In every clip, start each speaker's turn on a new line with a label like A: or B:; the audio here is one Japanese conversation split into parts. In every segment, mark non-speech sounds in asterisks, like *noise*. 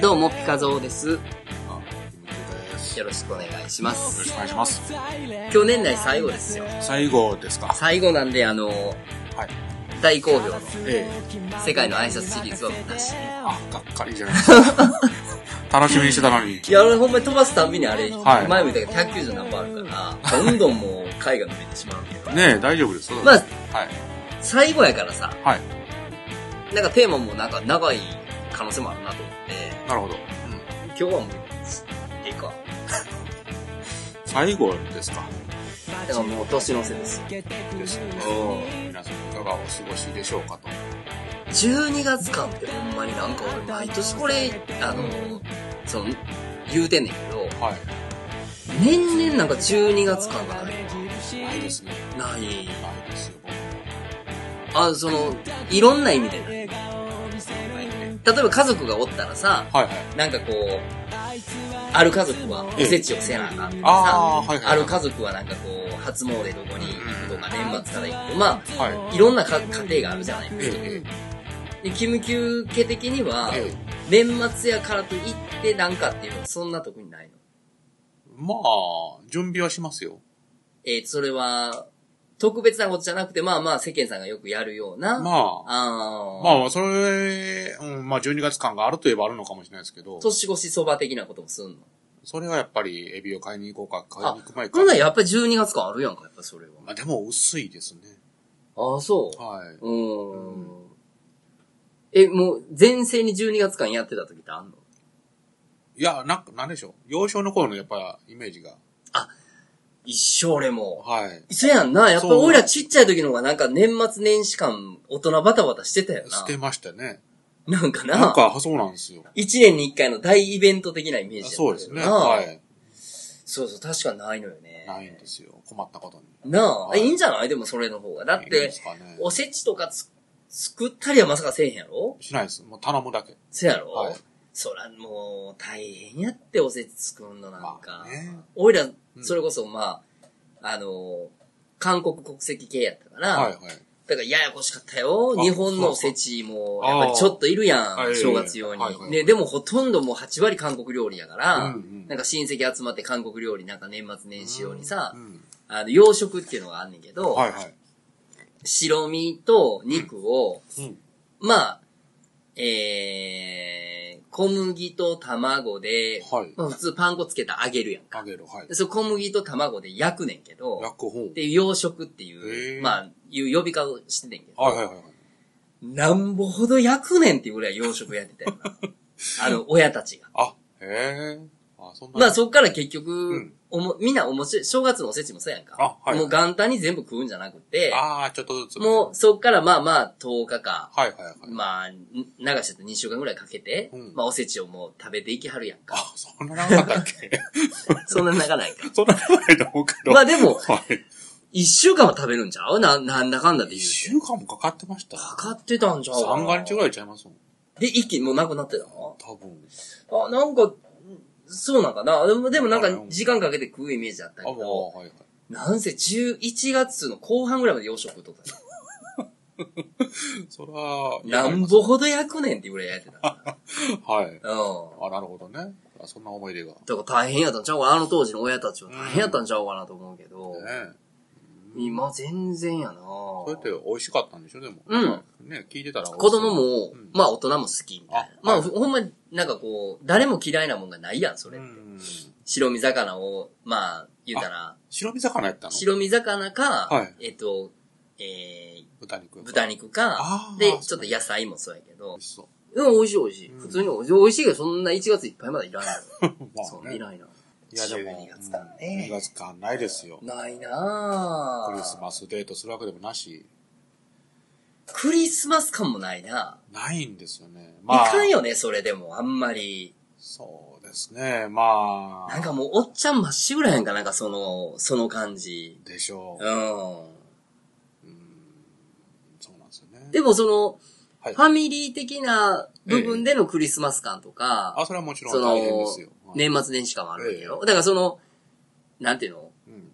A: どうも、ピカゾーです。
B: あ
A: よろしくお願いしま
B: よろ
A: す。
B: しくお願いします。
A: 今日年内最後ですよ。
B: 最後ですか。
A: 最後なんで、あの、
B: はい。
A: 大好評の
B: ええ。
A: 世界の挨拶シリーズはなし。
B: あ、がっかりじゃないです *laughs* か。楽しみにしてたのに。
A: いや、俺ほんまに飛ばすたんびにあれ、
B: はい
A: 前も言ったけど190何本あるから、どんどんもう絵画見てしまう *laughs* けど。
B: ねえ、大丈夫です。
A: まあ、
B: はい。
A: 最後やからさ、
B: はい。
A: なんかテーマもなんか長い可能性もあるなと思って、
B: なるほど。うん
A: 今日はもう、ええか。
B: 最後ですか。
A: だからもう年の瀬ですよ。
B: ですね。皆さんいかがお過ごしでしょうかと。
A: 12月間ってほんまになんか俺毎年これ、あの、その、言うてんねんけど、
B: はい。
A: 年々なんか12月間がない。
B: ないですね。
A: ない。
B: ないですよ、僕
A: あ、その、いろんな意味でない。例え
B: ないね。
A: ば家族がおったらさ、
B: はいはい。
A: なんかこう、ある家族はおせちをせなあかんとか
B: ああー、はい
A: さ、
B: は
A: あ
B: い。
A: る家族はなんかこう、初詣どこに行くとか年末から行くとか、ま
B: はい。
A: あ、いろんなか家庭があるじゃない。
B: ええ、
A: で、キムキュー家的には、
B: ええ。
A: 年末やからといってなんかっていうのはそんな特にないの。
B: まあ、準備はしますよ。
A: えー、それは、特別なことじゃなくて、まあまあ世間さんがよくやるような、
B: ま
A: あ、
B: あ、
A: あー
B: まあ、それ、うん、まあ、12月間があるといえばあるのかもしれないですけど、
A: 年越しそば的なこともすんの。
B: それはやっぱり、エビを買いに行こうか、買いに行く前か
A: ほんな。らやっぱり12月間あるやんか、やっぱそれは。
B: まあ、でも、薄いですね。
A: ああ、そう。
B: はいう
A: ーん。え、もう、前世に12月間やってた時ってあんの。
B: いや、なんか、なんでしょう。幼少の頃のやっぱ、イメージが。
A: 一生俺も。
B: はい。
A: そやんな。やっぱ
B: そう
A: 俺らちっちゃい時の方がなんか年末年始間大人バタバタしてたよ
B: 捨てましたね。
A: な。なんかな。
B: なんか、そうなんですよ。
A: 一年に一回の大イベント的なイメージやったけど
B: そうですね。
A: な
B: はい。
A: そうそう、確かないのよね。
B: ないんですよ。困ったことに。
A: なあ、
B: はい
A: い、いんじゃないでもそれの方が。だっ
B: いいで
A: て
B: す、かね。
A: おせちとかつ作ったりはまさかせえへんやろ
B: しないです。もう頼むだけ。
A: せやろ、
B: はい
A: そらもう大変やっておせち作るのなん
B: ま
A: か。
B: あね。
A: おいら、それこそまあ、あの、韓国国籍系やったから、
B: はいはい。
A: だからややこしかったよ。
B: あ
A: 日本のおせちも、
B: そうそう
A: やっぱりちょっといるや
B: あ
A: ん、
B: ー
A: 正月用に、
B: はいはいはい
A: ね。でもほとんどもう8割韓国料理やから、
B: うんうん
A: なんか親戚集まって韓国料理なんか年末年始用にさ、
B: うん
A: あの、洋食っていうのがあんねんけど、
B: はいはい。
A: 白身と肉を、
B: うん。
A: まあ、えー、小麦と卵で、
B: はい
A: まあ普通パン粉つけた揚げるやんか。
B: あげる。はい
A: で。それ小麦と卵で焼くねんけど、
B: 落語本
A: っ。ていう洋食ってい
B: へ
A: う、
B: ー
A: まあ、いう呼び方をしててんけど、
B: はいはいはいはい。
A: なんぼほど焼くねんっていうぐらい洋食やってたよな。
B: *laughs*
A: あの、親たちが。
B: あ、へえ。あ、そんな。
A: まあそっから結局、
B: ん
A: おもみんなおもち、正月のおせちもそうやんか。
B: あはい
A: もう元旦に全部食うんじゃなくて、
B: ああ、ちょっとずつ。
A: もうそっからまあまあ10日か、
B: はいはいはい。
A: まあ、ん流しと2週間ぐらいかけて、
B: うん
A: まあ、おせちをもう食べていきはるやんか。
B: あ、そんな長かったっけ
A: そんな長ないか。
B: そんな長いと思うけ *laughs* ど。
A: まあでも、
B: はい。
A: 1週間は食べるんちゃうな、なんだかんだって
B: 一
A: 言
B: 週
A: うて。
B: 間もかかってました。
A: かかってたんちゃうか
B: 三
A: な
B: が日ぐらいちゃいますもん。
A: で、一気にもうなくなってたの
B: 多分。
A: あ、なんか、そうなんかな。でも、でもなんか
B: あれ、
A: 時間かけて食うイメージだった
B: あ、
A: けど
B: も、う、はいはい。
A: なんせ11月の後半ぐらいまで洋食とか。
B: そら、は
A: なんぼほど焼くねんっていうぐらい焼いて
B: *laughs*
A: たか
B: はい。
A: ら。うん。
B: あ、なるほどね。あそんな思い出が。ね
A: だから大変やったんちゃうかな。あの当時の親たちは大変やったんちゃうかなと思うけど。
B: え。
A: 今全然やな
B: そうやって美味しかったんでしょ、でも。
A: うん。
B: ね、聞いてたら。
A: 子供。も、
B: うん
A: まあ大人も好きみたいな。
B: あ
A: まあ
B: はい
A: ほんまになんかこう、誰も嫌いなもんがないやん、そうれ。
B: ん。
A: 白身魚を、まあ言うたら、
B: 白身魚やったの
A: 白身魚か、
B: はい
A: えっと、え
B: 豚肉。
A: ー、豚。肉か
B: あ、ー
A: で、
B: そう
A: ちょっと野菜もそうやけ
B: 美
A: ど
B: 味、
A: *laughs*
B: しそう。
A: うん、美味しい美味しい。
B: うん
A: 普通に美味しい。美味しいけど、そんな1月いっぱいまだいらない。
B: ま
A: そ
B: あ
A: う、い
B: ね。
A: らないな。
B: いやでも、
A: 12月間ね
B: 2月間ないですよ。
A: ないなぁ
B: クリスマスデートするわけでもなし、
A: クリスマス感もないな
B: ないんですよね。
A: ぁ
B: まあ。
A: いかんよね、それでも、あんまり。
B: そうですね。まあ。
A: なんかもう、おっちゃんまっしぐらやんか、なんかその、その感じ。
B: でしょう。
A: うん。
B: そうなんですよね。
A: でもその、
B: はい
A: ファミリー的な部分でのクリスマス感とか、
B: あ、それはもちろ
A: そ
B: ん
A: の
B: 大変ですよ。、はい
A: 年末年始感はあるわけよ。だからその、なんていうの
B: うん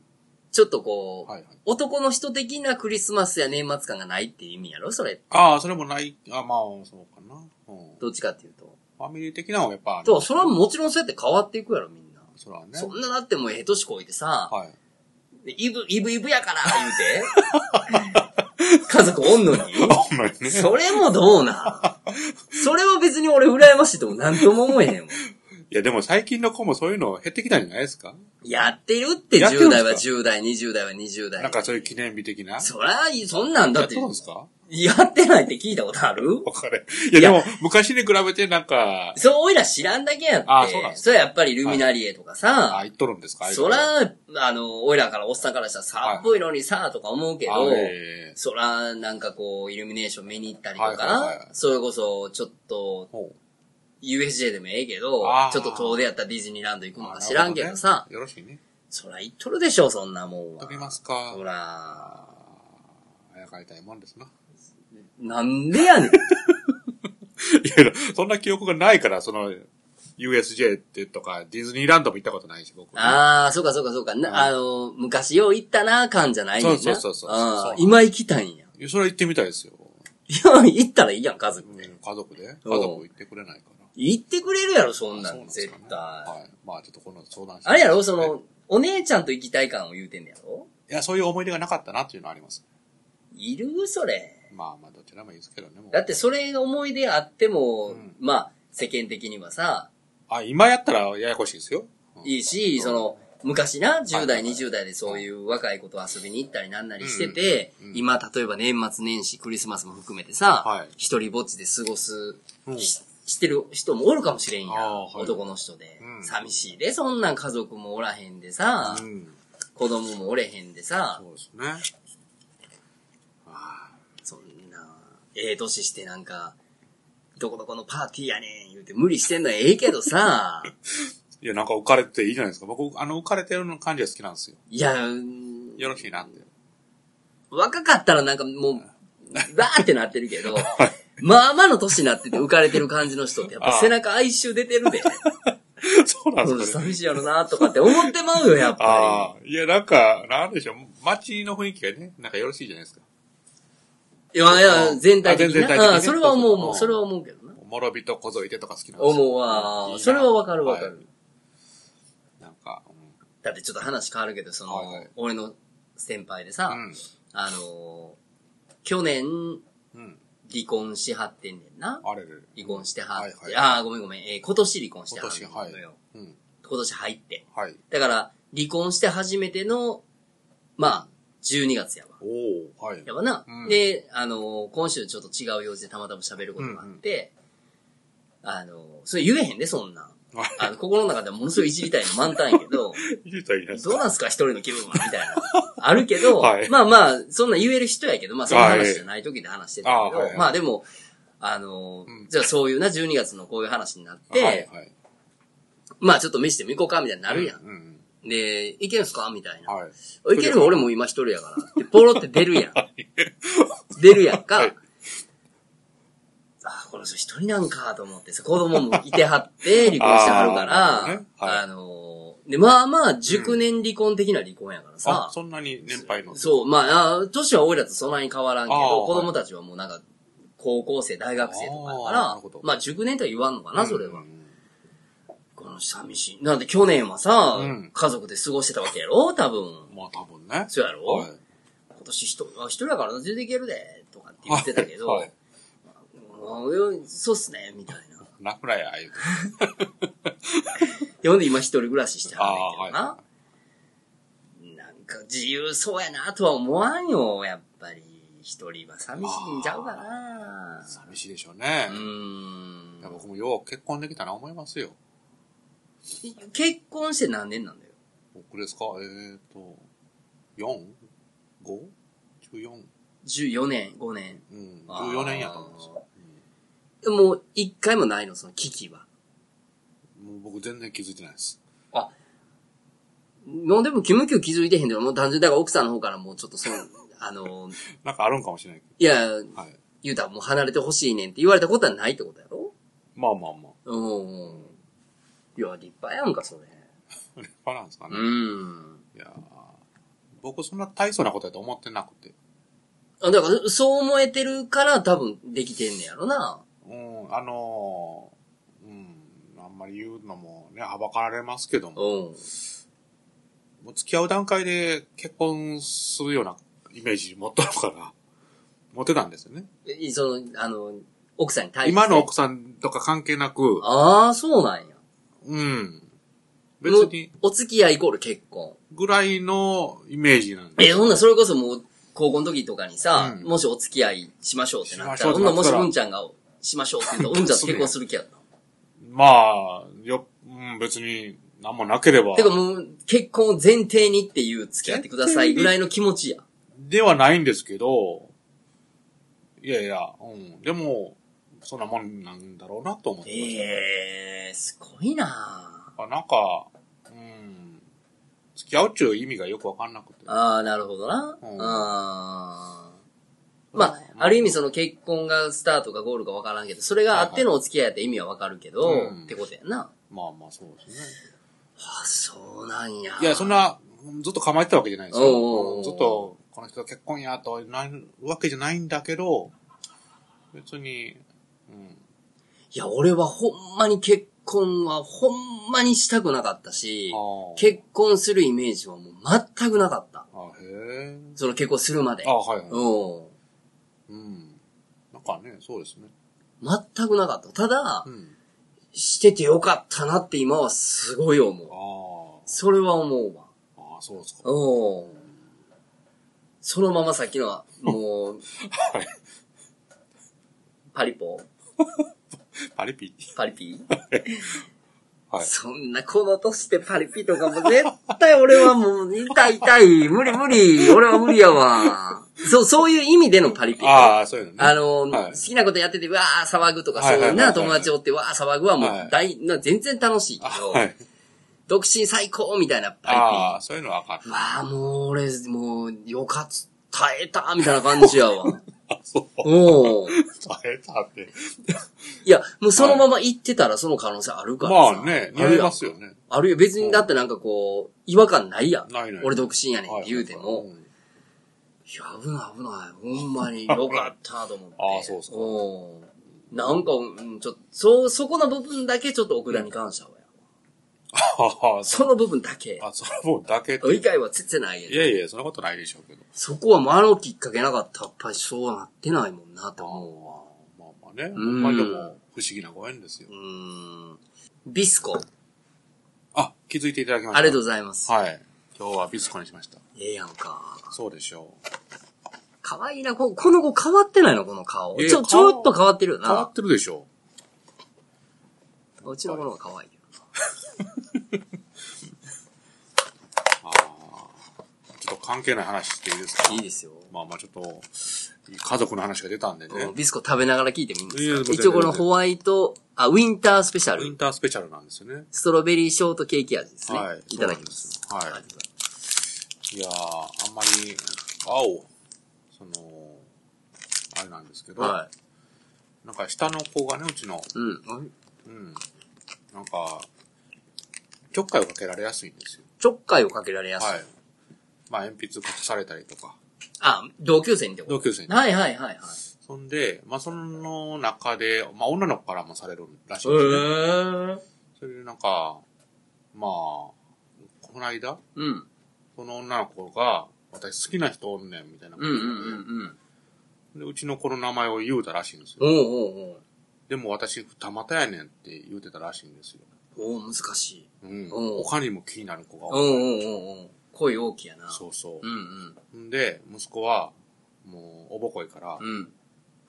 A: ちょっとこう、
B: はいはい。
A: 男の人的なクリスマスや年末感がないっていう意味やろそれ。
B: ああ、それもない、あまあ、そうかな。うん。フ
A: どっちかっていうと。
B: ァミリー的なのはやっぱある。
A: と、それはもちろんそうやって変わっていくやろ、みんな。
B: それはね。
A: そんなだってもうええ年こいてさ、
B: はい。
A: イブ、イブイブやから、言うて。 *laughs* 家族おんのに。
B: ほんまにね。
A: それもどうなんそれは別に俺羨ましいとも何とも思えへんもん。
B: いや、でも最近の子もそういうの減ってきたんじゃないですか
A: やってるって、
B: やってる
A: 10
B: んで
A: 代
B: すか
A: は10代、20代は20代。
B: なんかそういう記念日的な。
A: そりゃ、そんなんだ
B: や
A: っ
B: ってて、るんですか
A: やってないって聞いたことある
B: わかる。いや、でも、昔に比べてなんか、
A: そう、おいら知らんだけやって。
B: あそうなんです
A: それやっぱりルミナリエとか
B: あ、
A: さ、
B: 言っとるんですか
A: そら、あの、おいらからおっさんからしたらさっぽいのにさ、とか思うけど、
B: あええ
A: そら、なんかこう、イルミネーション見に行ったりと
B: はいはい
A: か
B: は、い
A: それこそ、ちょっと、
B: ほ
A: USJ でもええけど
B: あ、ー
A: ちょっと遠出やったらディズニーランド行く
B: う
A: のか知らんけど
B: なる
A: さ
B: ほ、ねよろしいね。
A: そら行っとるでしょ、そんなもんは
B: と。きますか
A: そ。ら、
B: あやかりたいもんですな。
A: なんでやねん。
B: いやいや、そんな記憶がないから、その、USJ ってとか、ディズニーランドも行ったことないし、僕。
A: ああ、そうかそうかそうか。なあの、昔よう行ったな、感じゃないねんな。
B: そうそうそうそうそう
A: あ
B: な
A: ー
B: ん
A: 今行きたいんや。
B: いやそれは行ってみたいですよ。
A: いや、行ったらいいやん、家族
B: うん
A: で。
B: 家族で。家族行ってくれないかな。
A: 行ってくれるやろ、そん
B: あ
A: な
B: そうな
A: ん、
B: んです
A: 絶
B: かね
A: 対。
B: はい。まあ、ちょっとこの相談して
A: あれやろ、そ、の、お姉ちゃんと行きたい感を言うてんのやろ
B: いや、そういう思い出がなかったなっていうのはあります。
A: いるそれ。
B: まあまあ、どちらもいいですけどね。もう
A: だって、それが思い出あっても、
B: うん
A: まあ、世間的にはさ、
B: あ、今やったらややこしいですよ。うん
A: いいし、その、昔な、10代、
B: はい
A: 20代でそういう若い子と遊びに行ったりなんなりしてて、
B: うんうん
A: 今、例えば年末年始、クリスマスも含めてさ、
B: はい
A: 一人ぼっちで過ごす、
B: うん
A: ししてる人もおるかもしれんやん、
B: あーはい
A: 男の人で、
B: うん
A: 寂しいで、そんなん家族もおらへんでさ、
B: うん。
A: 子供もおれへんでさ、
B: そうですね。あ
A: そんな、ええ年してなんか、どこどこのパーティーやねん言うて無理してんのはええけど
B: *laughs*
A: さ、
B: ーいや、なんか浮かれてていいじゃないですか。僕、あの、浮かれてるの感じが好きなんですよ。
A: いや、うん
B: よろしいなって。
A: 若かったらなんかもう、バーってなってるけ
B: *laughs*
A: ど、まあまあの年になってて浮かれてる感じの人ってやっぱ背中哀愁出て
B: *laughs*
A: るで。
B: そ
A: *laughs*
B: うなん
A: う
B: で
A: ん
B: すかね。
A: 寂しいやろなとかって思ってまうよ、やっぱ
B: ああ、いや、なんか、なんでしょう、街の雰囲気がね、なんかよろしいじゃないですか。
A: り。いやいや、全体的に
B: あ全体的に
A: な。
B: ね
A: うんそれは思う、も
B: う
A: うんそれは思うけどな。
B: もろびとこぞいてとか好きなんですよ
A: 思うわ
B: いい。な
A: それはわかるわか
B: は
A: る。
B: いなんか、うん
A: だってちょっと話変わるけど、その
B: はいはい、
A: 俺の先輩でさ、
B: うん。
A: あのー、去年
B: うん。
A: 離婚しはってんねんな。
B: あれれれ。
A: 離婚してはっ
B: はいは
A: て。
B: い
A: ああ、ごめんごめん。えー今年離婚して
B: 今
A: は
B: 年、は
A: る
B: い
A: のよ。。
B: うん。
A: 今年入って。
B: はい。
A: だから、離婚して初めての、まあ、12月やわ。
B: おおはい。
A: やわな。
B: うん
A: で、あのー今週ちょっと違う用事でたまたま喋ることがあって、あのーそれ言えへんで、そん
B: *laughs*
A: なん。
B: はい
A: あの、心の中ではものすごいいじりたいの満タンやけど、
B: 言うたらいいじゃないです
A: どう
B: か。
A: なんすか一人の気分はみたいな。あるけど、
B: *laughs* はい
A: まあまあ、そんな言える人やけど、まあそんな話じゃない時で話してたけど、
B: はいあーはい
A: まあでも、あのー
B: うん
A: じゃあそういうな、12月のこういう話になって、
B: はいはい。
A: まあちょっと飯でも行こうか、みたいになるやん。
B: うんうん。
A: で、行けんすかみたいな。
B: はい。
A: いけるよ俺も今一人やから。で、ポロって出るやん。出るやんか。
B: はい
A: あ、この人一人なんかと思ってさ、子供もいてはっ
B: *laughs*
A: て、離婚してはるか
B: あーなる
A: ら、
B: ほどねはい
A: あのーで、まあまあ、熟年離婚的な離婚やから
B: あ
A: さ、、
B: そんなに年配の。
A: そう、まあ、あ年は俺らとそんなに変わらんけ
B: あー
A: ど、
B: はい
A: 子供たちはもうなんか、高校生、大学生とかやか
B: あーな
A: ら
B: るほど、
A: まあ、熟年とは言わんのか
B: う
A: な、
B: ん
A: それは。
B: うん
A: この寂しい。なんで去年はさ、
B: うん
A: 家族で過ごしてたわけやろ多分。
B: まあ多分ね。
A: そうやろ、
B: はい。
A: 今年一人、あ一人だから出ていけるで、とかって言ってたけど、
B: はい。
A: うんそうっすね、みたいな。
B: ラフラや、ああいう。
A: ほんで今一人暮らししてはるんだ
B: あ
A: けどな。なんか自由そうやなとは思わんよ、やっぱり。一人は寂しいんちゃうかな。
B: 寂しいでしょうね
A: う。ーん
B: いや。僕もよう結婚できたな思いますよ。
A: 結婚して何年なんだよ。
B: 僕ですかえーと、4?5?14?
A: 14年、5年。
B: うん。
A: あー
B: 14年やと思うんですよ。
A: もう一回もないの、その危機は。
B: うんもう僕全然気づいてないです。
A: のでもキムキュー気づいてへんでもう単純にだから奥さんの方からもうちょっとその、あの、
B: なんかあるんかもしれないけ
A: いや、
B: ど。はい。
A: 言うたらもう離れてほしいねんって言われたことはないってことやろ
B: まあまあまあ。
A: うんうん。いや、立派やんか、それ。
B: *laughs* 立派なんですかね。
A: うん。
B: いやー僕そんな大層なことやと思ってなくて。
A: あ、だから、そう思えてるから多分できてんねやろな。
B: うん、あのーうん、あんまり言うのもね、はばかられますけども、
A: うん。
B: もう付き合う段階で結婚するようなイメージ持ったのかな。持ってたんですよね。
A: えその、あの、奥さんに対して。
B: 今の奥さんとか関係なく、
A: ああ、そうなんや。
B: うん。別に、
A: もうお付き合いイコール結婚。
B: ぐらいのイメージなんで。
A: え、ほんならそれこそもう、高校の時とかにさ、
B: うん
A: もしお付き合いしましょうってなっ
B: した
A: ら、
B: ま
A: ほ
B: しょうっ
A: ん
B: て
A: な
B: な
A: ら
B: ったら
A: もしうんちゃんがしましょうって言ったら、うんちゃんと結婚する気やった。
B: まあ、よ、うん、別に、なんもなければ
A: て、かもう、結婚を前提にっていう付き合ってくださいぐらいの気持ちや。
B: ではないんですけど、いやいや、うん、でも、そんなもんなんだろうなと思ってました。
A: ええー、すごいな
B: あなんか、うん、付き合うっていう意味がよくわかんなくて。
A: ああ、なるほどな。
B: うん
A: あーまあ、ある意味その結婚がスタートかゴールかわからんけど、それがあってのお付き合いやって意味はわかるけど、
B: うん
A: ってことやな。
B: まあまあそうですね。
A: あ、そうなんや。
B: いや、そんな、ずっと構えてたわけじゃないです
A: おうおうお
B: よ。
A: う
B: ずっと、この人と結婚やとなるわけじゃないんだけど、別に、うん、
A: いや、俺はほんまに結婚はほんまにしたくなかったし
B: あ、ー
A: 結婚するイメージはもう全くなかった。
B: あ、へえ。
A: その結婚するまで。
B: あ、はいはい。
A: うん。
B: うん。なんかね、そうですね。
A: 全くなかった。ただ
B: う、ん。
A: しててよかったなって今はすごい思う。
B: あ
A: それは思うわ。
B: あ、ああ、そうですか。
A: うん。そのままさっきのは、もう、
B: はい
A: パリポ
B: パ
A: *laughs*
B: リピ。
A: パリピ
B: はい。
A: そんな、この年でパリピとかも絶対俺はもう、痛い痛い、無理無理、俺は無理やわ。そう、そういう意味でのパリピ。
B: ああ、そういうのね。
A: あの、
B: はい
A: 好きなことやってて、わー騒ぐとか、
B: はい
A: そ
B: はいうはいは
A: な、
B: い
A: 友達おって、わー騒ぐはも
B: は
A: う
B: い
A: 大、な全然楽しいけ
B: あ
A: ど、
B: はい。
A: 独身最高みたいなパリ
B: ああ、そういうのはわか
A: ピ。
B: る。
A: わあ、もう俺、もう、よかつ、耐えた、みたいな感じや
B: *laughs*
A: わ。
B: あ、そう。
A: おう
B: 耐えたって。
A: いや、もうそのまま行ってたらその可能性あるからさ
B: まあね、
A: あ
B: や
A: る
B: り
A: やん
B: ますよね。
A: あるよ。別にだってなんかこう、違和感ないやん。
B: ないない
A: 俺独身やねんって言うて
B: は
A: も。い
B: い
A: や、危ない危ない。ほん
B: *laughs*
A: まによかったと思って。
B: ああそうっすか
A: うんなんか、うんちょっと、そう、そこの部分だけちょっと奥田に感謝をや。
B: はいはい。
A: その部分だけ。
B: あ、その *laughs* 分だけって。
A: 理解はつつないやん
B: いやいや、そんなことないでしょうけど。
A: そこはもうあのきっかけなかったら、やっぱりそうなってないもんなって思うわ。
B: まあまあね。
A: ん
B: まあでも、不思議なご縁ですよ
A: う。ーん。ビスコ。
B: あ、気づいていただきました。
A: ありがとう
B: う
A: ございます。
B: はい。今日はビスコにしました。
A: ええやんか。
B: そうでしょう。
A: 可愛いな。ここの子変わってないのこの顔。
B: いや
A: ちょ、
B: 顔
A: ちょっと変わってるよ
B: 変わ
A: な
B: っ。てるでしょ
A: うちの子の方が可愛いよ
B: う。ああ。ちょっと関係ない話していいですか
A: いいですよ。
B: まあまあちょっと、家族の話が出たんでね。
A: ビスコ食べながら聞いてもいいん
B: いや
A: ですか
B: 全然
A: 一応このホワイト、あ、ウィンタースペシャ
B: ウィン
A: ル。
B: タースペシャルなんですよね。
A: ストロベリーショートケーキ味ですね。
B: はい
A: いただきます。
B: そうなんですよはい
A: ありがとうございます
B: いやー、あんまり、青、その、あれなんですけど、
A: はい。
B: なんか下の子がね、うちの、
A: うん。
B: うん。なんか、ちょっかいをかけられやすいんですよ。
A: ちょっかいをかけられやすい。
B: はい。まあ、鉛筆隠されたりとか、
A: あ、同級生にってこと
B: 同級生に。
A: はいはいはいはい。
B: そんで、まあ、その中で、まあ、女の子からもされるらしいんですね。
A: ー。
B: それでなんか、まあ、この間、
A: うん。
B: その女の子が、私好きな人おんねん、みたいな
A: うんうんうん
B: うで、うちの子の名前を言うたらしいんですよ。
A: うん。おうおうおう。
B: でも私、二股やねんって言うてたらしいんですよ。
A: おう難しい。
B: うん。
A: うん
B: 他にも気になる子が
A: おう
B: 多い。
A: おうおうおう。声大きいやな。
B: そうそ
A: うんうん。
B: う。んで、息子は、もう、おぼこいから、
A: うん。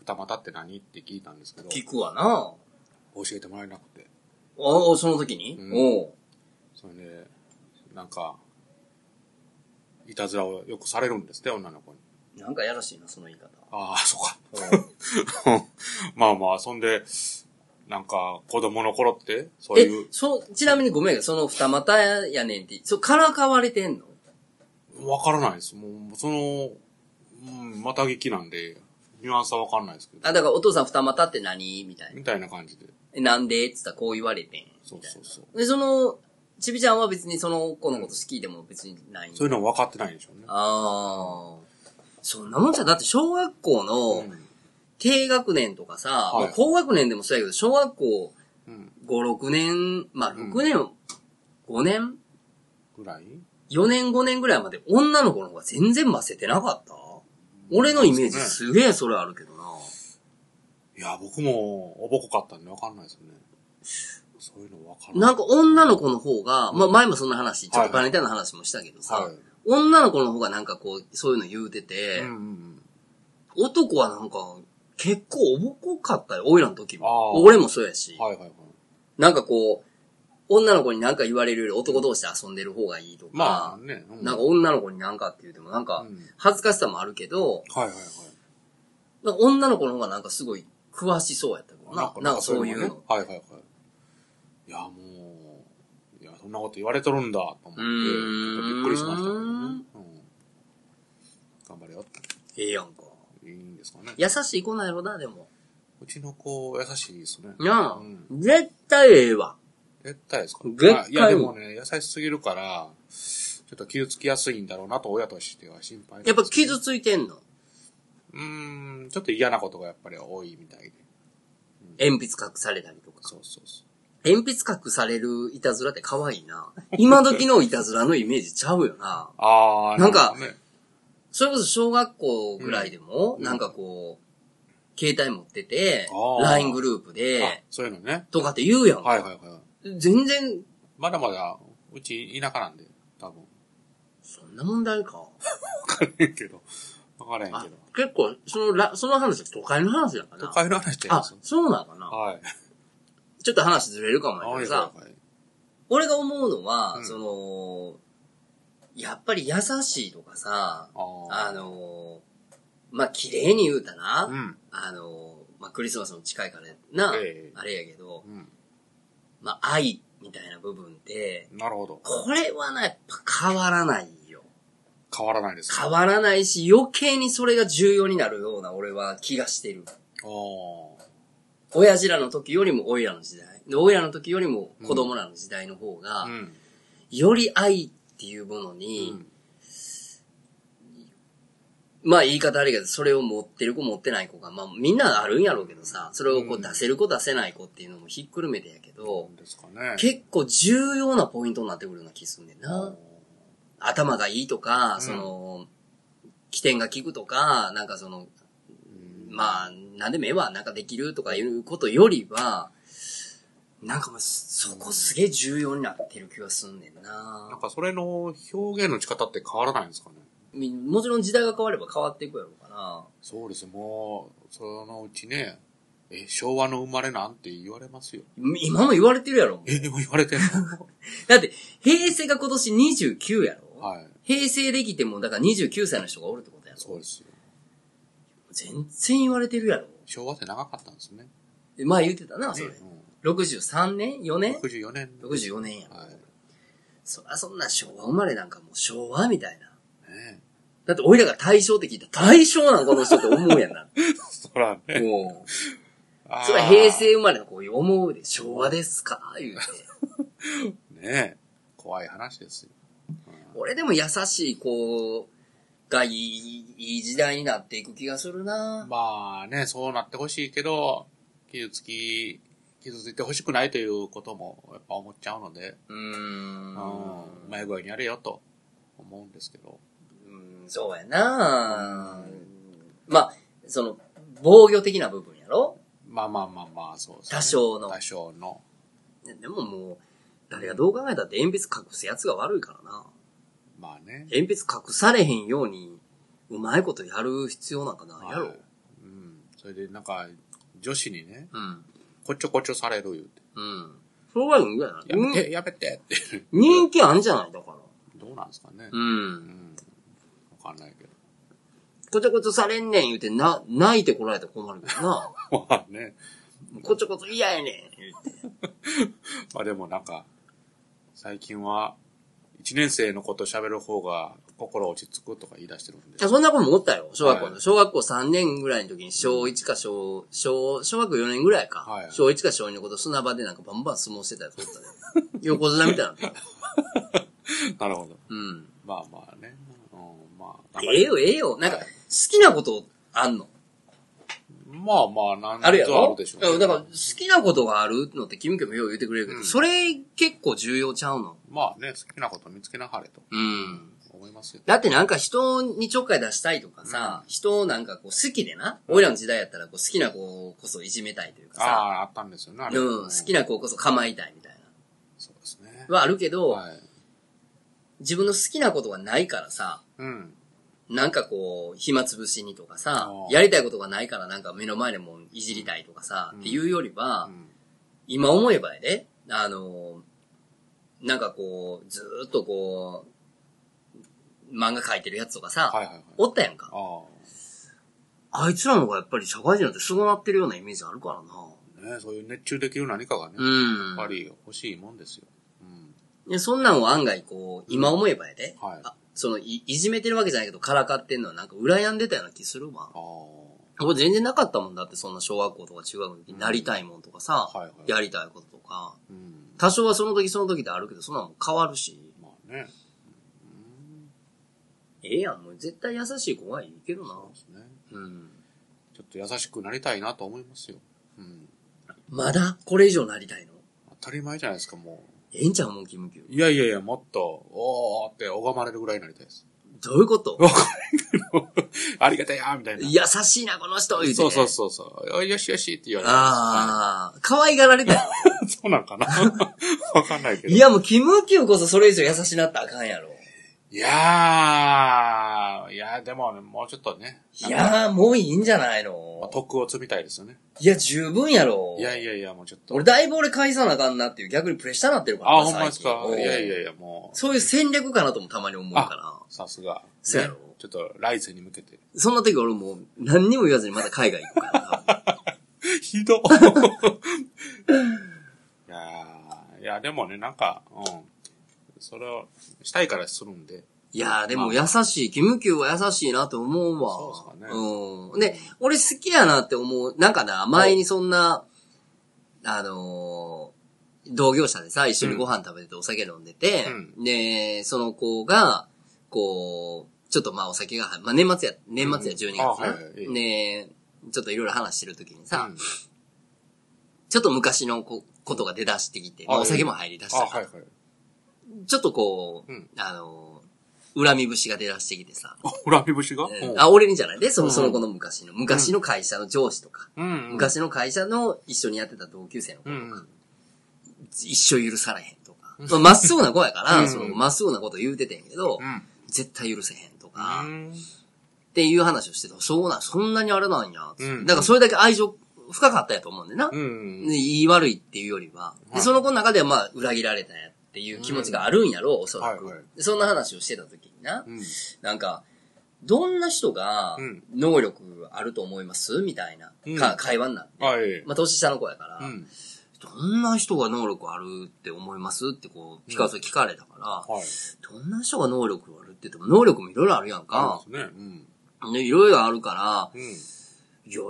B: 二股って何って聞いたんですけど、
A: 聞くわな。
B: 教えてもらえなくて。
A: ああ、その時に、
B: うん
A: おう
B: それで、なんか、いたずらをよくされるんですって、女の子に。
A: なんかやらしいな、その言い方。
B: ああ、そうか。
A: お
B: *laughs*
A: う
B: まあまあ、そんで、なんか、子供の頃って、そういう
A: え、、そう、ちなみにごめんやけど、その二股やねんって、そう、からかわれてんの
B: わからないです。もう、その、うん、また聞きなんで、ニュアンスはわかんないですけど、
A: あ、だからお父さん二股って何みたいな。
B: みたいな感じで。
A: えなんでっつったらこう言われてん。
B: そうそうそう。
A: で、その、ちびちゃんは別にその子のこと好きでも別にない。
B: そういうの分かってないでしょうね。
A: ああ。そんなもんじゃ、だって小学校の低学年とかさ、
B: はい
A: まあ高学年でもそうやけど、小学校
B: うん。うん。
A: 5、6年、まあ
B: うん
A: 6年、5年
B: ぐらい
A: ?4 年5年ぐらいまで女の子の方が全然ませてなかった俺のイメージすげえそれあるけどな。
B: いや、僕もおぼこかったんで分かんないですよね。そういうの分から
A: なん
B: か、
A: か女の子の方が、
B: うん
A: まあ前もそんな話、ちょっ
B: はいは
A: と
B: い
A: パネタの話もしたけどさ、
B: はい。
A: 女の子の方がなんかこう、そういうの言うてて、
B: うんうんうん。
A: 男はなんか、結構おぼこかったよ、おいらの時も。
B: あー
A: 俺もそうやし、
B: はいはいはい。
A: なんかこう、女の子になんか言われるより男同士で遊んでる方がいいとか、
B: まあね。う
A: なんか女の子になんかって言うてもなんか
B: うん
A: 恥ずかしさもあるけど、
B: はいはいはい。
A: なんか女の子の方がなんかすごい詳しそうやったけど
B: なん
A: な
B: か、
A: なんかそういう
B: ね
A: の。。
B: はいはいはい。いや、もう、いや、そんなこと言われとるんだ、と思
A: う
B: って、ちょ
A: ー
B: っ
A: ん
B: とびっくりしましたけどね。うん。頑張れよって。
A: ええやんか。
B: いいんですかね。
A: 優しい子なんやろな、でも。
B: うちの子、優しいですね。
A: なあ、
B: うん
A: 絶対ええわ。
B: 絶対ですか
A: 絶対
B: あいや、でもね、優しすぎるから、ちょっと傷つきやすいんだろうなと、親としては心配なんです
A: や
B: ね
A: っぱ傷ついてんの
B: うーん、ちょっと嫌なことがやっぱり多いみたいで。
A: 鉛筆隠されたりとか。
B: そうそうそう。
A: 鉛筆隠されるいたずらって可愛いな。今時のいたずらのイメージちゃうよな。
B: あー、
A: なんか
B: るほどね
A: それこそ小学校ぐらいでも、
B: うん
A: なんかこう、携帯持ってて
B: あ、ー
A: LINE グループ
B: あ
A: で、
B: そういうのね。
A: とかって言うやん。
B: はいはいはい。
A: 全然、
B: まだまだ、うち田舎なんで、多分。
A: そんな問題か。
B: わからへんけど。わからへん
A: あ
B: けど。
A: 結構、そのら、その話は都会の話だか
B: 都
A: な。
B: 会の話ちゃいま
A: あ
B: す、
A: そうなのかな。
B: はい。
A: ちょっと話ずれるかもや
B: は
A: け
B: い
A: どさ
B: は、いはい。
A: 俺が思うのは、
B: うん
A: その、やっぱり優しいとかさ、
B: あー
A: あ、の、まあ、綺麗に言うたな、
B: うん。
A: あの、まあ、クリスマスも近いからな、
B: ええ
A: あれやけど、
B: うん。
A: まあ、愛みたいな部分って、
B: なるほど。
A: これはな、やっぱ変わらないよ。
B: 変わらないです。
A: 変わらないし、余計にそれが重要になるような俺は気がしてる。
B: あー
A: 親父らの時よりも、おいらの時代。で、おいらの時よりも、子供らの時代の方が、
B: うん。
A: より愛っていうもの
B: う
A: に、
B: ん。
A: まあ言い方悪いけど、それを持ってる子持ってない子が、まあみんなあるんやろうけどさ、それをこ
B: うん
A: う出せる子出せない子っていうのもひっくるめてやけど、
B: ですかね。
A: 結構重要なポイントになってくるような気すんねん
B: あ
A: な。頭がいいとか、
B: ん
A: その、起点が効くとか、なんかその、
B: ー
A: まあ、なんでもええわ、なんかできるとかいうことよりは、なんかもうそそこすげえ重要になってる気がすんねん
B: うんなん
A: な。
B: かそれの表現の仕方って変わらないんですかね。
A: みもちろん時代が変われば変わっていくやろうかな。
B: そうです。もう、そのうちね、え、昭和の生まれなんて言われますよ。
A: 今も言われてるやろ。
B: え、もう言われてん *laughs* の
A: だって、平成が今年29やろ、
B: はい。
A: 平成できても、だから29歳の人がおるってことやろ
B: そうですよ。
A: 全然言われてるやろ
B: 昭和って長かったんですね。
A: で前言ってたな、それ
B: ね。
A: 63年 ?4
B: うん、
A: 年
B: 64年。
A: ?64 年やん。
B: はい。ね
A: そらそんな昭和生まれなんかもう昭和みたいな。
B: え
A: だって、俺らが大正って聞いたら大正なんこの人って思うやんな。
B: そらね。
A: もう。
B: あー
A: それは平成。生まれの子思うで、昭和ですか言うて。
B: ねえ。怖い話ですよ。
A: 俺でも優しい子がいい、いい時代になっていく気がするな
B: まあね、そうなってほしいけど、傷つき、傷ついてほしくないということもやっぱ思っちゃうので、
A: うー。
B: うんん、うまい具合にやれよと思うんですけど。
A: うんそうやなまあ、その、防御的な部分やろ
B: まあまあまあまあ、そうですね
A: 多少の
B: 多少の。
A: でももう、誰がどう考えたって鉛筆隠すやつが悪いからな。
B: まあね。
A: 鉛筆隠されへんように、うまいことやる必要なんかないやろ、
B: はいうん。それでなんか、女子にね、
A: うん。
B: こっちょこっちょされる言うて。
A: うん。それはうんやな。
B: やめて、やめてって。 *laughs*
A: うん人気あんじゃないだから。
B: どうなんですかね。
A: う。
B: うんん。わかんないけど。
A: こちょこちょされんねん言うて、な、泣いてこられたら困るけど *laughs* な。
B: *laughs* まあね。
A: こちょこちょ嫌やねん言うて。
B: まあでもなんか、最近は、一年生のこと喋る方が心落ち着くとか言い出してるんで
A: い。やそんな子もおったよ。小学校の。
B: はい
A: 小学校3年ぐらいの時に、小1か小、小、小学4年ぐらいか。
B: はい *laughs*
A: 小1か小2のこと砂場でなんかバンバン相撲してたやつおったよ。横綱みたいな。
B: なるほど。
A: うん。
B: まあまあね。うん、まあ。
A: ええよ、ええよ。なんか、好きなことあんの
B: まあまあ、なん
A: あるや
B: とはあ
A: ろ
B: るでしょう、
A: うんだから、好きなことがあるのって、キムキョもよう言ってくれるけど、
B: うん
A: それ結構重要ちゃうの
B: まあね、好きなこと見つけなはれと
A: うん。
B: 思いますよ。
A: だってなんか人にちょっかい出したいとかさ、人をなんかこう好きでな、俺らの時代やったらこう好きな子こそいじめたいというか
B: あ
A: さ、
B: あ、あったんですよね、あれ。
A: うん、好きな子こそ構いたいみたい
B: そうですね。
A: な。はあるけど、
B: はい。
A: 自分の好きなことがないからさ、
B: うん。
A: なんかこう、暇つぶしにとかさ
B: あ、ー
A: やりたいことがないからなんか目の前でもんいじりたいとかさ、
B: うん
A: っていうよりは、
B: うん
A: 今思えばやで、あのー、なんかこう、ずーっとこう、漫画描いてるやつとかさ、
B: はいはいはい。
A: おったやんか。
B: あ
A: あいつらの方がやっぱり社会人なんてそうなってるようなイメージあるからな。
B: あ。ね、そういう熱中できる何かがね、やっ
A: うん。
B: ぱり欲しいもんですよ。うん。
A: でそんなんを案外こう、今思えばやで。
B: はい。あ
A: あそのい、いじめてるわけじゃないけど、からかってんのはなんか羨んでたような気するわ。
B: あ。
A: これ全然なかったもんだって、そんな小学校とか中学の時になりたいもんとかさ、
B: はいはい
A: やりたいこととか。
B: うん。
A: 多少はその時その時であるけど、そんなの変わるし。
B: まあね。
A: ええやん、もう絶対優しい子がいいけどな。
B: そうですね。
A: うん。
B: ちょっと優しくなりたいなと思いますよ。うん。
A: まだこれ以上なりたいの
B: 当たり前じゃないですか、も
A: ええんちゃうもん、キムキュー
B: う。いやいやいや、もっと、おーって拝まれるぐらいになりたいです。
A: どういうこと
B: ありがたいやーみたいな。
A: 優しいな、この人言て
B: そうそうそうそう。よしよしって言われます。
A: ああ、可愛がられたよ。
B: *laughs* はいそうなんかな *laughs* わかんないけど。
A: いや、もう、キムキューこそそれ以上優しなったらあかんやろ。
B: いやー、いやーでもね、もうちょっとね。
A: いやー、もういいんじゃない
B: まあ
A: の
B: 徳を積みたいですよね。
A: いや、十分やろ。
B: いやいやいや、もうちょっと。
A: 俺、だいぶ俺返さなあかんなっていう、逆にプレッシャーなってるからな
B: あ、ほんまですか
A: 最。近
B: いやいやいや、もう、
A: そういう戦略かなともたまに思うか
B: さすが。
A: そうや
B: ね
A: ろ
B: ちょっと、来世に向けて。
A: ら。そんな時俺もう、何にも言わずにまた海外行くから。
B: ひど *laughs* いやーいや、でもね、なんか、うん。それを、したいからするんで。
A: いやー、でも優しい。キムキューは優しいなと思うわ。
B: そうですかね
A: うん。で、俺好きやなって思う。なんかな、前にそんな、あのー同業者でさ、一緒にご飯食べててお酒飲んでて、で、その子が、こう、ちょっとまあお酒が入、まあ年末や、年末や12月
B: うんあ
A: な、
B: はいはい
A: で、ちょっといろいろ話してる時にさ、
B: うん
A: ちょっと昔のこことが出だしてきて、まあ
B: あ
A: お酒も入り出し
B: あ、
A: た
B: は
A: か
B: い
A: ら、
B: はい。
A: ちょっとこう、
B: うん
A: あのー恨み節が出だしてきてさ、
B: あ恨み節が、
A: えー
B: うん
A: あ、俺にじゃないで、その、
B: うん
A: その子の昔の、昔の会社の上司とか、
B: うん、うん。
A: 昔の会社の一緒にやってた同級生の子
B: う
A: とか、
B: んうん。一
A: 一生許されへんとか、まあまっすぐな子やから、
B: うん
A: その、まっすぐなこと言うててんけど、
B: うん。
A: 絶対許せへんとか、っ
B: あ
A: ていう話をしてた。そうなん、そんなにあれなんや。
B: うん
A: だからそれだけ愛情深かったやと思うんでな。
B: うん。
A: で言い悪いっていうよりは、
B: は
A: で
B: い
A: その子の中ではまあ裏切られたんやっていう気持ちがあるんやろう、おそらく、
B: はいはい
A: でそんな話をしてた時にな、
B: うん。
A: なんか、どんな人が
B: うん
A: 能力あると思いますみたいな、
B: うん
A: か会話になって。
B: はい。
A: まあ、年下の子やから、
B: うん。
A: どんな人が能力あるって思いますってこう、ピカソに聞かれたから、
B: はい。
A: どんな人が能力あるって言っても、能力もいろいろあるやんか。
B: そうですね。うん。
A: ねいろいろあるから、
B: うん。
A: いや、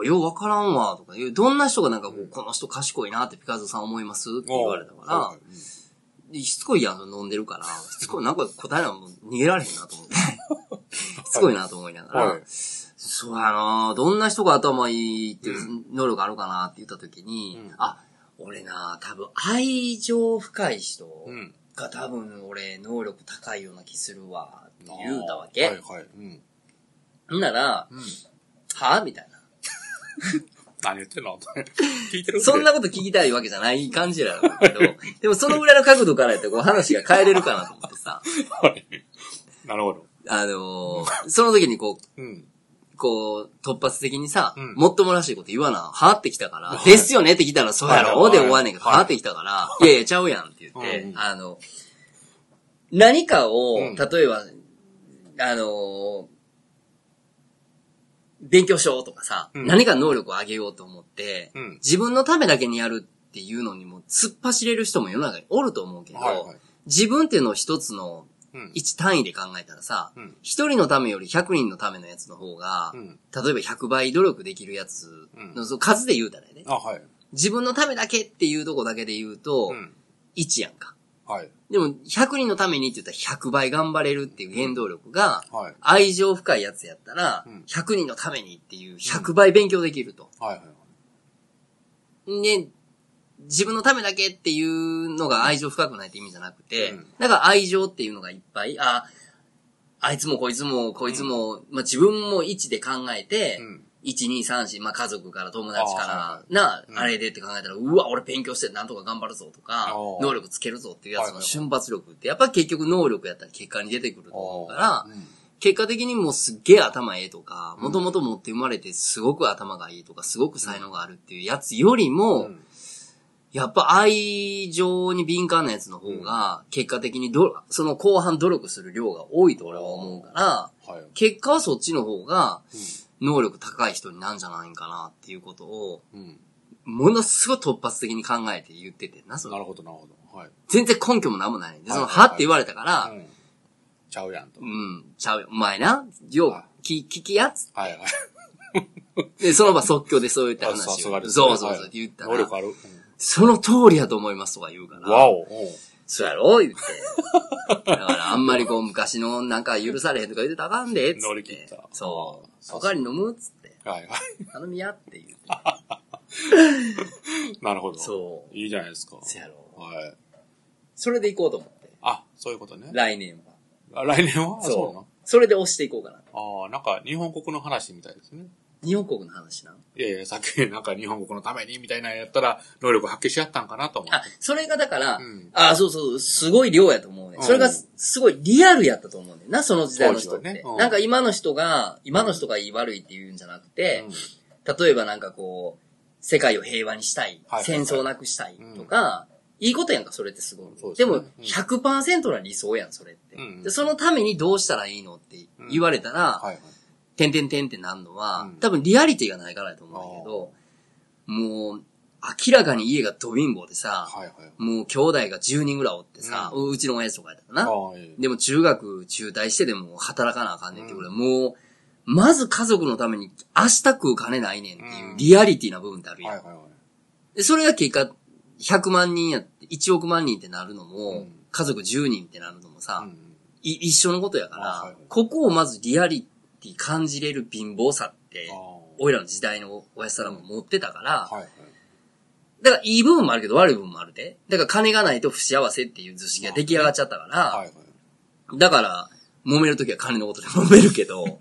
A: ようわからんわ、とかいう、どんな人がなんかこう、この人賢いなってピカソさん思いますって言われたから、
B: はいはい
A: でしつこいやん、飲んでるから。しつこい、なんか答えはもう逃げられへんなと思って。
B: *laughs*
A: しつこいなと思いながら。
B: はい
A: そうやなどんな人が頭いいっていう能力あるかなって言った時に、
B: うん
A: あ、俺な多分愛情深い人
B: うん。
A: が多分俺能力高いような気するわって言うたわ
B: は
A: け
B: い。はい。うん。
A: ほんなら、
B: うん。
A: はみたいな。
B: 何言って
A: *laughs*
B: んの聞いてる
A: そんなこと聞きたいわけじゃない感じだろうけど、でもそのぐらいの角度からやってこう話が変えれるかなと思ってさ、
B: はいなるほど。
A: あのーその時にこう、
B: うん。
A: こう、突発的にさ、
B: うん
A: もっともらしいこと言わな、はってきた
B: *laughs*
A: から、ですよねって来たら、そうやろ
B: はい
A: で終わんねんけど、
B: はい
A: はってきたから、いやいや、ちゃうやんって言って、
B: うんうん
A: あの、何かを、
B: うん
A: 例えば、あのー勉強しようとかさ、
B: うん
A: 何か能力を上げようと思って、
B: うん
A: 自分のためだけにやるっていうのにも突っ走れる人も世の中におると思うけど、
B: はいはい。
A: 自分っていうのを一つの
B: うん。
A: 一単位で考えたらさ、
B: うん。
A: 一人のためより100人のためのやつの方が、
B: うん。
A: 例えば100倍努力できるやつの、
B: うん
A: その数で言うたらね、
B: あ、はい。
A: 自分のためだけっていうとこだけで言うと、
B: うん。
A: 1やんか。
B: はい。
A: でも、100人のためにって言ったら100倍頑張れるっていう原動力が、
B: はい。
A: 愛情深いやつやったら
B: うん、
A: 100人のためにっていう100倍勉強できると。
B: はい。はい。
A: ね、自分のためだけっていうのが愛情深くないって意味じゃなくて、
B: うん
A: だから愛情っていうのがいっぱい、あ、あいつもこいつもこいつも、まあ自分も1で考えて、
B: うん。
A: 1、2、3、4、まあ家族から友達から、
B: あ
A: な、
B: うん
A: あれでって考えたら、うわ、俺勉強してなんとか頑張るぞとか
B: あー、
A: 能力つけるぞっていうやつ
B: はいは
A: の
B: いはい
A: 瞬発力って、やっぱ結局能力やったら結果に出てくると思うから
B: う、ん
A: 結果的にもうすっげえ頭ええとか、
B: うん
A: もともと持って生まれてすごく頭がいいとか、すごく才能があるっていうやつよりも、
B: うん
A: やっぱ愛情に敏感なやつの方が、結果的にど、その後半努力する量が多いと俺は思うから、
B: はい。
A: 結果はそっちの方が、能力高い人になんじゃないんかなっていうことを、
B: うん。
A: ものすごい突発的に考えて言っててんな、そ
B: な
A: れ。
B: るほど、なるほど。はい。
A: 全然根拠もなんもない。で、その、
B: はいはいは
A: はいって言われたから、
B: うんちゃうやんと。
A: うん、ちゃうよ。お前な、よう
B: は、
A: 聞聞きやつ
B: はいはい。
A: で、その場即興でそういった話を。
B: あさすがですね
A: そうそう
B: は
A: そう
B: い
A: って言ったら、
B: 能力ある。
A: その通りやと思いますとか言うか
B: うんわ
A: ら、
B: お。うん
A: そうやろ言って。だからあんまりこう昔のなんか許されへんとか言ってたらあかんで、つって。
B: 乗り切った
A: そう
B: あ。ー
A: 他に飲むっつって。 *laughs*
B: はいは
A: 頼みやって言うて。
B: い。なるほど。
A: そう。
B: いいじゃないですか。
A: そうやろ
B: はい。
A: それで行こうと思って。
B: あ、そういうことね。
A: 来年は。
B: あ来年はあそうなの
A: う。それで押していこうかな。
B: ああ、なんか日本国の話みたいですね。
A: 日本国の話な。
B: いやいや、さっきなんか日本国のためにみたいなのやったら、能力発揮し合ったんかなと思って
A: あ。、それがだから、
B: うん
A: あ、そうそう、すごい量やと思うね。
B: うん
A: それがすすごいリアルやったと思うねんな、その時代の人って。
B: 当時はねうん
A: なんか今の人が、今の人が言い悪いって言うんじゃなくて、例えばなんかこう、世界を平和にしたい、
B: はいはい
A: 戦
B: はい
A: 争なくしたいとか、いいことやんか、それってすごい。
B: そうで
A: です
B: ね
A: も、100%な理想やん、それって、
B: うん
A: でそのためにどうしたらいいのって言われたら、
B: はいはい。
A: てんてんてんってなんのは、
B: うん
A: 多分リアリティがないからだと思うんだけど、もう、明らかに家がド貧乏でさ、
B: はいはい。
A: もう兄弟が10人ぐらいおってさ、
B: う
A: うちの親父とかやったか
B: あ
A: な。
B: あ、いい
A: でも中学中退してでも働かなあかんねんって、
B: うん
A: 俺もう、まず家族のために明日食う金ないねんっていううんリアリティな部分ってあるやん。
B: はいはいはい。
A: でそれが結果、100万人やって、1億万人ってなるのも、
B: うん
A: 家族10人ってなるのもさ、
B: うん
A: い一緒のことやから、
B: あはいはい
A: ここをまずリアリティ感じれる貧乏さって
B: あ、
A: 俺らの時代の親父さんらも持ってたから、
B: あ。はいはい。
A: だからいい部分もあるけど悪い部分もあるで。だから金がないと不幸せっていう図式が出来上がっちゃったから、
B: はいはい。
A: だから、揉めるときは金のことで揉めるけ
B: *laughs*
A: ど、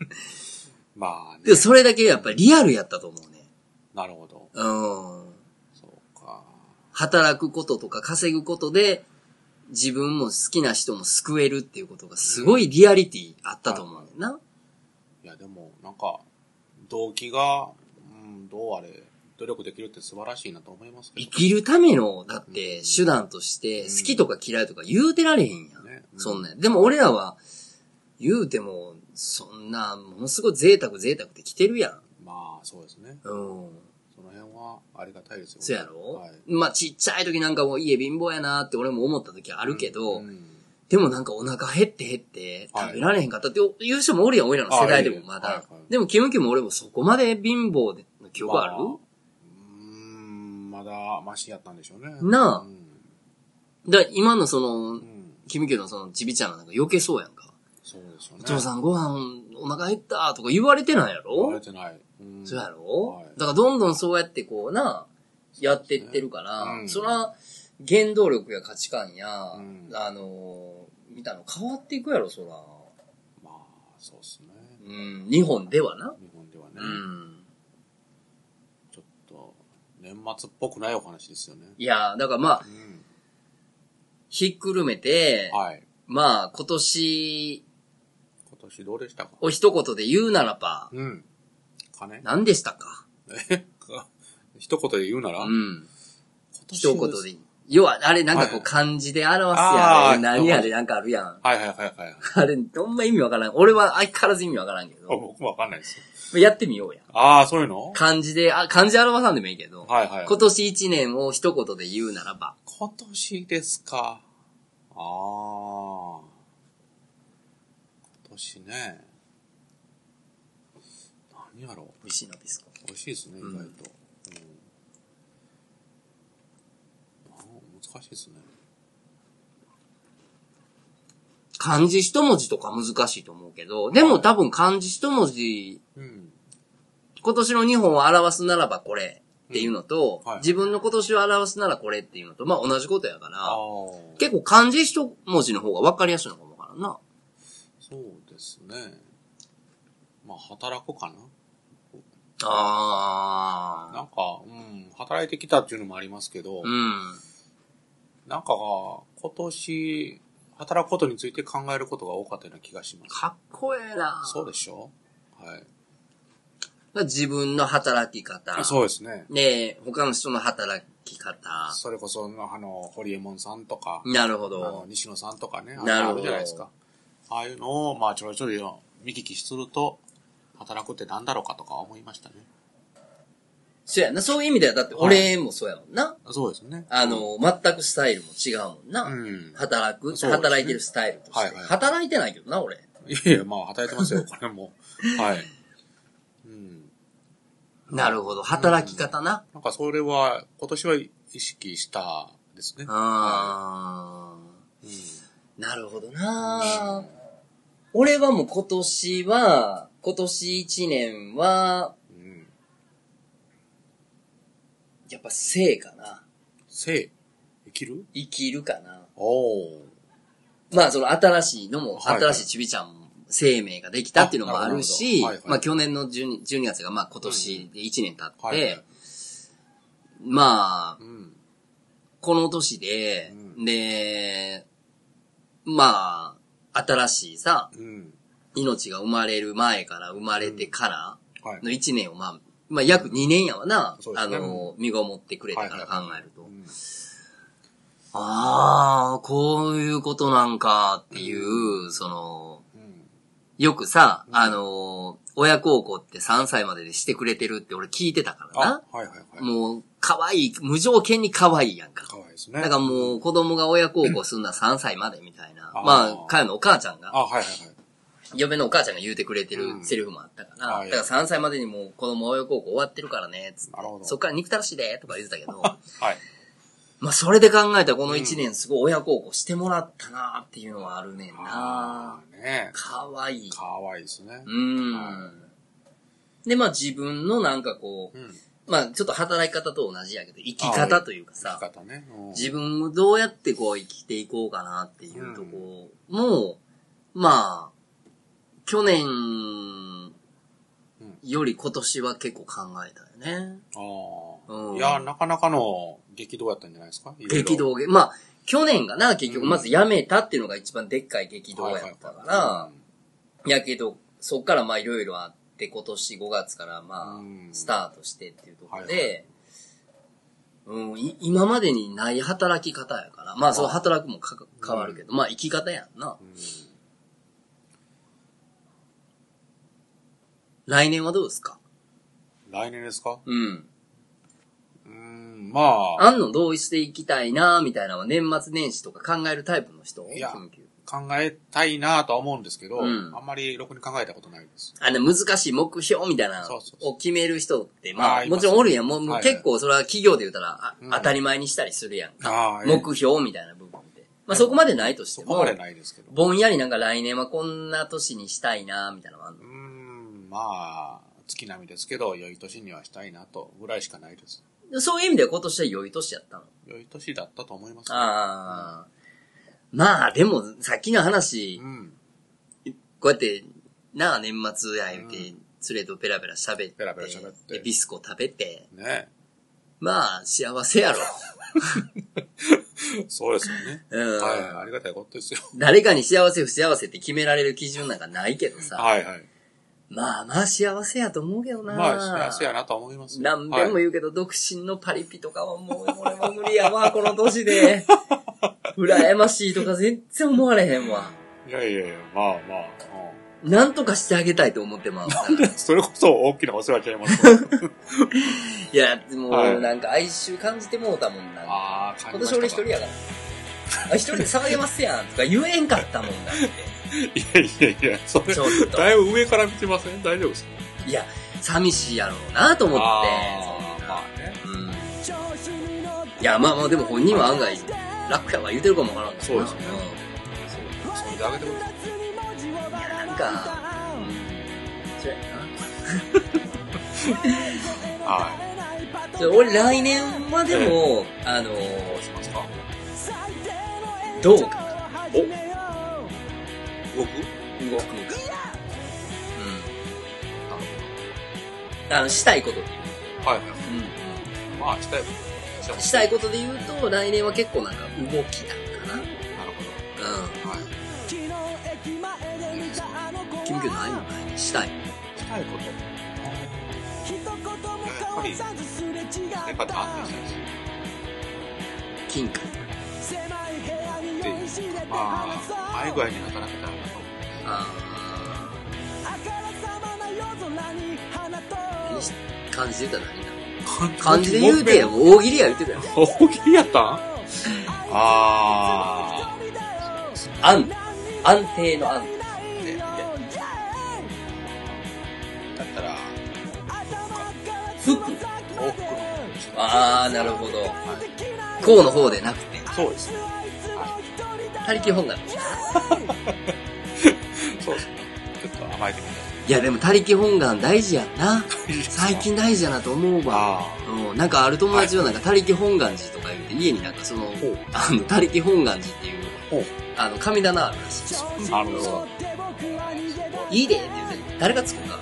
B: まあ
A: で
B: ね
A: も。それだけやっぱりリアルやったと思うね。
B: なるほど。
A: うん。
B: そうか。
A: 働くこととか稼ぐことで、自分も好きな人も救えるっていうことがすごいリアリティあったと思うねんな。
B: いや、でも、なんか、動機が、うん、どうあれ、努力できるって素晴らしいなと思いますけ
A: 生
B: ど
A: きるための、だって
B: うん
A: 手段として、
B: うん
A: 好きとか嫌いとか言うてられへんやん。
B: ねうん
A: そんなん。でも俺らは、言うても、そんな、ものすごい贅沢贅沢って来てるやん。
B: まあ、そうですね。
A: うん。
B: その辺はありがたいですよね。
A: そうやろ、
B: はい。
A: まあちっちゃい時なんかもう家貧乏やなって俺も思った時あるけど、
B: うん
A: でもなんかお腹減って減って
B: はい
A: 食べられへんかったっていう人もおるやん、俺らの世代でもま
B: あいる
A: だ
B: はいはい。
A: でもキムキム俺もそこまで貧乏での記憶ある、
B: まうーん、まだマシやったんでしょうね。
A: なあ
B: うん。
A: だから今のそうの、
B: ん
A: キムキムのそのちびちゃんなんか余計そうやんか。
B: そうですよ
A: お
B: ね。
A: 父さんご飯お腹減ったとか言われてないや
B: 言わ
A: ろ
B: れてない。うん
A: そうやろ、
B: はい
A: だからどんどんそうやってこうな、やってってるから、
B: そうです
A: そ
B: ね
A: れは原動力や価値観や、
B: うん
A: あのー、みたいなの変わっていくやろ、そら。
B: まあ、そうですね。
A: うん、日本ではな。
B: 日本ではね、
A: うん。
B: ちょっと、年末っぽくないお話ですよね。
A: いや、だからまあ
B: う、ん。
A: ひっくるめて、
B: はい。
A: まあ、今年
B: 今年どうでしたか
A: を一言で言うならば、
B: うん。金
A: 何でしたか
B: えか *laughs* 一言で言うなら、
A: うん。
B: 今年
A: 一言で。要は、あれなんかこ
B: は
A: う
B: い
A: 漢字で表すやん。
B: あー
A: 何やでなんかあるやん。
B: はいはいはいはい。
A: あれ、どんな意味わからん。俺は相変わらず意味わからんけ
B: あ
A: ど。
B: *laughs* 僕もわかんないですよ。
A: やってみようや。
B: ああ、そういうの
A: 漢字で、あ、漢字表さんでもいいけど、
B: はいはい。
A: 今年一年を一言で言うならば、
B: 今年ですか。ああ。今年ね。何やろう。
A: 美味しいなビスコ。
B: 美味しいですね、意
A: うん
B: 外と。うんなん難しいですね。
A: 漢字一文字とか難しいと思うけど、でも多分漢字一文字、
B: うん。
A: 今年の日本を表すならばこれっていうのと、
B: うんはい
A: 自分の今年を表すならこれっていうのと、まあ同じことやか
B: ああ
A: ら、。結構漢字一文字の方が分かりやすいのかもわからんな。
B: そうですね。まあ、働こうかな。な
A: ああ。
B: んか、うん、働いてきたっていうのもありますけど、
A: うん。
B: なんか、今年、働くことについて考えることが多かったような気がします。
A: かっこええな。
B: そうでしょはい。
A: 自分の働き方。
B: そうですね。
A: ね他の人の働き方。
B: それこそ、あの、ホリエモンさんとか、
A: なるほ
B: あの
A: ど。
B: 西野さんとかね、
A: なるほど
B: あるじゃないですか。ああいうのを、まあ、ちょろちょろ見聞きすると、働くってなんだろうかとか思いましたね。
A: そうやな。そういう意味では、だって俺もそうやもんな。
B: そうですね。
A: あの、全くスタイルも違うもんな。
B: うん
A: 働く、
B: そうですね
A: 働いてるスタイルとして。
B: はいはい
A: 働いてないけどな、俺。
B: いやいや、まあ、働いてま
A: *laughs*
B: すよ、これも。はい。うん。
A: なるほど。働き方な。
B: なんか、それは、今年は意識したですね。
A: あ
B: うん。
A: ー。なるほどな、俺はもう今年は、今年一年は、
B: うん。
A: やっぱ生かな。
B: 生、生きる
A: 生きるかな。
B: おー。
A: まあ、その新しいのも、
B: はいはい
A: 新しいちびちゃんも生命ができたっていうのもあるし、
B: あなるほどはいはい
A: まあ、去年の 12, 12月が、まあ、今年で1年経って、
B: はい、はい。
A: まあ
B: う、ん。
A: この年で、
B: うん
A: で、まあ、新しいさ、
B: うん。
A: 命が生まれる前から生まれてから
B: はい。
A: の1年を、まあ、まあ、約2年やわな、
B: そうで
A: あ
B: すね
A: の、身ごもってくれてから考えると。
B: うん
A: ああ、こういうことなんかっていう、その、
B: うん。
A: よくさ、
B: うん
A: あのー親孝行って3歳まででしてくれてるって俺聞いてたから
B: あ
A: な。、
B: はいはいはい。
A: もう、可愛い、無条件に可愛いやんか。
B: かわいいですね。
A: だからもう、子供が親孝行するのは3歳までみたいな。
B: あー
A: まあ、かよのお母ちゃん
B: あ、
A: が、
B: はいはいはい。
A: 嫁のお母ちゃんが言うてくれて
B: う
A: る
B: ん
A: セリフもあったから、
B: はい
A: だから3歳までにもう子供は親孝行終わってるからね、つって
B: なるほど
A: そっから憎たらしいで、とか言ってた
B: *laughs*
A: けど、
B: はい。
A: まあ、それで考えたらこの1年すごい親孝行してもらったなっていうのはあるねんな。
B: あーね
A: 可愛い。
B: かわいいですね。
A: うん。で、まあ自分のなんかこ
B: うん。
A: う、まあちょっと働き方と同じやけど、生き方というか
B: 生
A: さ
B: き、方ね。うん
A: 自分をどうやってこう生きていこうかなっていうとこも、まあ、去年より今年は結構考えたよね。
B: ああ、
A: うん
B: いや、なかなかの激動やったんじゃないですかいろいろ
A: 激動げ、まあ、去年がな、結局
B: うん
A: まず辞めたっていうのが一番でっかい激動
B: はい
A: やっ
B: はい
A: たから、
B: はい
A: やけど、そっからまあいろいろあって、今年5月からまあ
B: うん、
A: スタートしてっていうところ
B: はいは
A: で、うん、い今までにない働き方やから、まあその
B: あ
A: 働くもか変わるけど、まあ生き方やんな。
B: うん
A: 来年はどうですか
B: うん来年ですか
A: うん。
B: うん、まあ、
A: あんの同意していきたいな、みたいなのは年末年始とか考えるタイプの人
B: いや
A: 君級
B: 考えたいなとは思うんですけど、
A: うん
B: あんまりろくに考えたことないです。
A: あの、難しい目標みたいな
B: そうそうそう
A: を決める人って、ま
B: あ
A: あ、
B: ーい
A: も
B: ます
A: ちろんおるやん。もうもう
B: はいはい
A: 結構それは企業で言ったらあ
B: うん
A: 当たり前にしたりするやんか。
B: ああ、ええ
A: 目標みたいな部分で。まあそこまでないとし
B: そ
A: て
B: こ
A: も
B: ま、でないですけど。
A: ぼんやりなんか来年はこんな年にしたいな、みたいなのはあん
B: う
A: の
B: ん、まあ、月並みですけど、良い年にはしたいなと、ぐらいしかないです。
A: でそういう意味では今年は良い年やったの。
B: 良い年だったと思います。
A: ああ。まあでも、さっきの話
B: う、ん。
A: こうやって、なあ、年末や言うて、
B: う
A: 連れとペラペラ喋って、
B: ペラペラ喋って
A: でビスコ食べて、
B: ね
A: まあ幸せやろ。
B: そうですよね。
A: うん。
B: はい、ありがたいことですよ。
A: 誰かに幸せ不幸せって決められる基準なんかないけどさ。
B: はいはい。
A: まあまあ幸せやと思うけどな。
B: まあ、幸せやなと思いますよ。
A: 何遍も
B: はい
A: 言うけど、独身のパリピとかはもう俺も無理や
B: *laughs*
A: わ、この年で。羨ましいとか全然思われへんわ。
B: いやいやいや、まあまあ。
A: なんとかしてあげたいと思ってまうから。
B: うん、それこそ大きなお世話ちゃいます
A: *laughs*
B: よ。
A: いや、も
B: は
A: う
B: い
A: なんか哀愁感じてもうたもんな。
B: ああ、
A: 今年俺一人
B: い
A: やから。あ、一人で騒げますやんとか言えんかったも *laughs* んだって。
B: やいやいや、それ
A: ち、ょっと。
B: だいぶ上から見てません大丈夫ですか
A: いや、寂しいやろうなと思って。
B: あーまあね。
A: うん
C: いやまあまあでも本人は案外
A: 楽やわ言うてるかもわからんけどな
B: そうですね
A: ん
B: そう遊んであげてくれ。
A: なんか、そうや
B: は
C: *laughs*
A: な。そう俺来年はでも、あの、
B: い。どうしますか
A: どうか。
B: 動
A: 動
B: く
A: くか。うん。あの、したいことで
B: はい。
A: 言う。
B: まあ、したいことし
A: うん。
B: ま
A: し
B: す
A: たいことで言うと、来年は結構なんか動きなんかな。
B: なる
A: う
B: ほ
A: ん。
B: ど。はい。
A: 君今日何を来年したい
B: したいこと。やっぱり安定したいし。
A: 金貨。
B: で、まあ、あい具合になかなかなるなと思う。
A: あー何し感じで言うたら何だ感じで言うてよ。大喜利や言うてたよ。
B: 大喜利やったんあ
A: 安。安定の安。
B: ー。ね、いやだったら、
A: 服。
B: 往復の。
A: あー、なるほど。
B: はい。
A: こうの方でなくて。
B: そうですね。
A: 他力本願。
B: そうですね。ちょっと甘えてみ
A: いや、でも他力本願大事やん *laughs* な。
B: たい。
A: 最。近大事やなと思うわ。
B: あ
A: うん、なんかある友達はなんか他力本願寺とか言って、家になんかその
B: あ。、ほう。
A: あの、他力本願寺っていう、
B: ほう。
A: あの、神棚あるらしいです。
B: なるほど。
A: いいでって言うて、誰がつくか。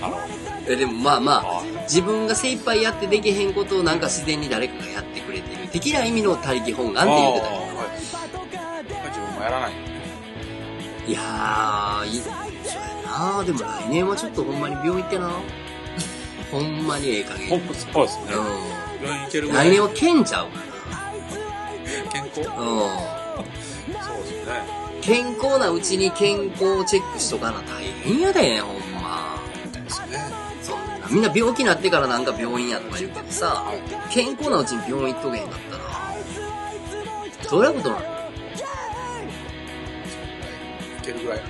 B: なるほど。
A: え、でもまあまあ、
B: あ
A: 自分が精一杯やってできへんことをなんか自然に誰かがやってくれてる的な意味の他力本願って言うてたけど。
B: はい自分もやらない。
A: いやー、いい、そうやなでも来年はちょっとほんまに病院行ってな。 *laughs* ほんまにええ加減。
B: ほんとそうですね。
A: う
B: 病院行ける
A: ん。
B: ぐらい
A: 来。年は剣ちゃうか
B: 健康
A: な。う
B: そうですね。
A: ん。健康なうちに健康チェックしとかな大変やで、ほんま。
B: ですね。
A: そんな、みんな病気になってからなんか病院やとか言うけどさ、健康なうちに病院行っとけへんかったら、どういうことなの
B: 行けるぐらい。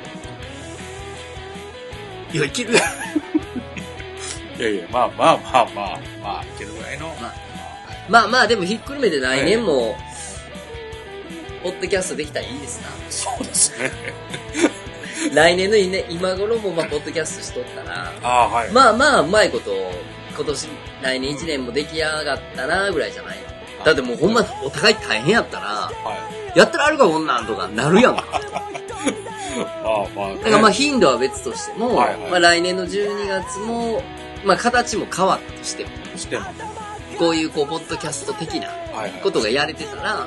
A: いや、いける
B: いやいや、まあまあまあまあ、まあ、行けるぐらいの。
A: ままあまあ、でもひっくるめて来年も、ポッドキャストできたらいいですな。
B: そうですね。
A: 来年のいね今頃もまあポッドキャストしとったら、
B: ああ、はい。
A: まあまあうまいこと、今年、来年1年も出来上がったなぐらいじゃないだってもうほんまお互い大変やったら、
B: はい。
A: やったらあるかこんなんとかなるやんか。
B: まあまあ、ね。
A: だからまあ頻度は別としても、
B: はいはい
A: まあ来年の12月も、まあ形も変わったとしても、
B: しても。
A: こういうこうポッドキャスト的な
B: はいはい。
A: ことがやれてたら、
B: まあ、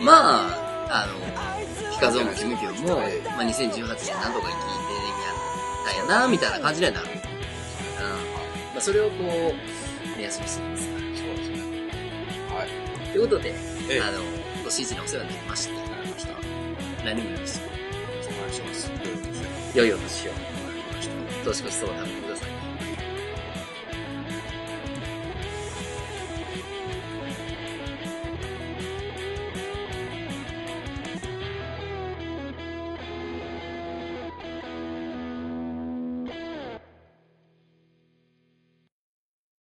A: まあ、あの、ピカゾーもキムキョンも、まあ、2018年何とかに聞いてやったんやな、みたいな感じにはなる。うん。まあ、それをこう、目安にしてるんです。
B: そうですね。はい。
A: ということで、
B: ええ、
A: あの、ご指示にお世話になりまして、
B: わかりました。
A: 来年もよろしく
B: お願いします。
A: 良いお年を、どうしこしそうなこと